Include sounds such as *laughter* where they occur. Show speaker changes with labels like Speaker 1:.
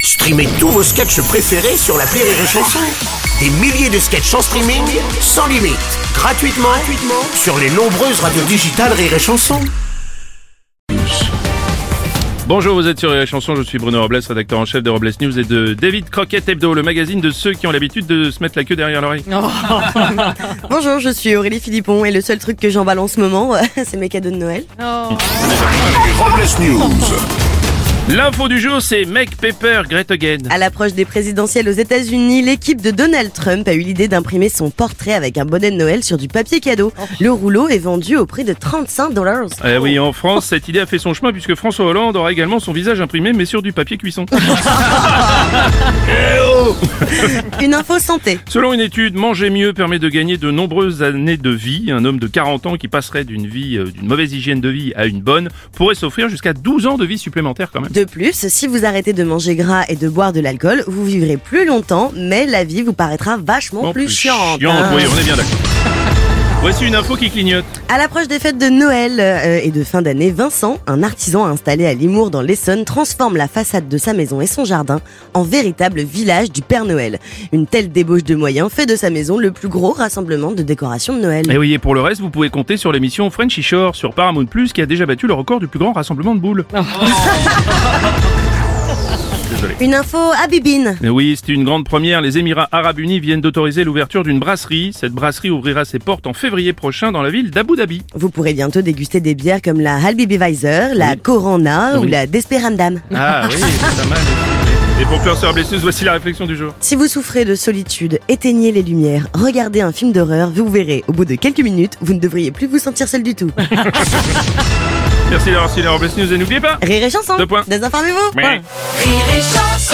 Speaker 1: Streamez tous vos sketchs préférés sur la Rire et Chanson. Des milliers de sketchs en streaming, sans limite, gratuitement, gratuitement sur les nombreuses radios digitales Rire et Chanson.
Speaker 2: Bonjour, vous êtes sur la chanson, je suis Bruno Robles, rédacteur en chef de Robles News et de David Croquette Hebdo, le magazine de ceux qui ont l'habitude de se mettre la queue derrière l'oreille.
Speaker 3: Bonjour, je suis Aurélie Philippon et le seul truc que j'emballe en ce moment, *laughs* c'est mes cadeaux de Noël.
Speaker 1: Les Robles News.
Speaker 2: L'info du jour, c'est Make Paper Great Again.
Speaker 3: À l'approche des présidentielles aux États-Unis, l'équipe de Donald Trump a eu l'idée d'imprimer son portrait avec un bonnet de Noël sur du papier cadeau. Le rouleau est vendu au prix de 35 dollars.
Speaker 2: Eh oui, en France, cette idée a fait son chemin puisque François Hollande aura également son visage imprimé mais sur du papier
Speaker 3: *laughs*
Speaker 2: cuisson.
Speaker 3: Une info santé.
Speaker 2: Selon une étude, manger mieux permet de gagner de nombreuses années de vie. Un homme de 40 ans qui passerait d'une vie, euh, d'une mauvaise hygiène de vie à une bonne pourrait s'offrir jusqu'à 12 ans de vie supplémentaire quand même.
Speaker 3: De plus, si vous arrêtez de manger gras et de boire de l'alcool, vous vivrez plus longtemps, mais la vie vous paraîtra vachement
Speaker 2: Bon,
Speaker 3: Oh, plus, chiante.
Speaker 2: chiante,
Speaker 3: hein.
Speaker 2: oui, on est
Speaker 3: *laughs*
Speaker 2: bien d'accord. Voici une info qui clignote.
Speaker 3: À l'approche des fêtes de Noël euh, et de fin d'année, Vincent, un artisan installé à Limours dans l'Essonne, transforme la façade de sa maison et son jardin en véritable village du Père Noël. Une telle débauche de moyens fait de sa maison le plus gros rassemblement de décorations de Noël.
Speaker 2: Et oui, et pour le reste, vous pouvez compter sur l'émission Frenchy Shore sur Paramount Plus qui a déjà battu le record du plus grand rassemblement de boules. Désolé.
Speaker 3: Une info à Bibine.
Speaker 2: Mais oui, c'est une grande première. Les Émirats Arabes Unis viennent d'autoriser l'ouverture d'une brasserie. Cette brasserie ouvrira ses portes en février prochain dans la ville d'Abu Dhabi.
Speaker 3: Vous pourrez bientôt déguster des bières comme la Halbibi Weiser, la Corona ou
Speaker 2: Oui.
Speaker 3: la Desperandam.
Speaker 2: Ah *laughs* oui, c'est pas mal. Et pour clore sur blesseuse, voici la réflexion du jour.
Speaker 3: Si vous souffrez de solitude, éteignez les lumières, regardez un film d'horreur, vous verrez, au bout de quelques minutes, vous ne devriez plus vous sentir seul du tout.
Speaker 2: Merci d'avoir suivi les Robles News et n'oubliez pas
Speaker 3: Rire et chanson
Speaker 2: Deux points.
Speaker 3: Désinformez-vous
Speaker 2: Ouais.
Speaker 3: Point.
Speaker 4: Rire et chanson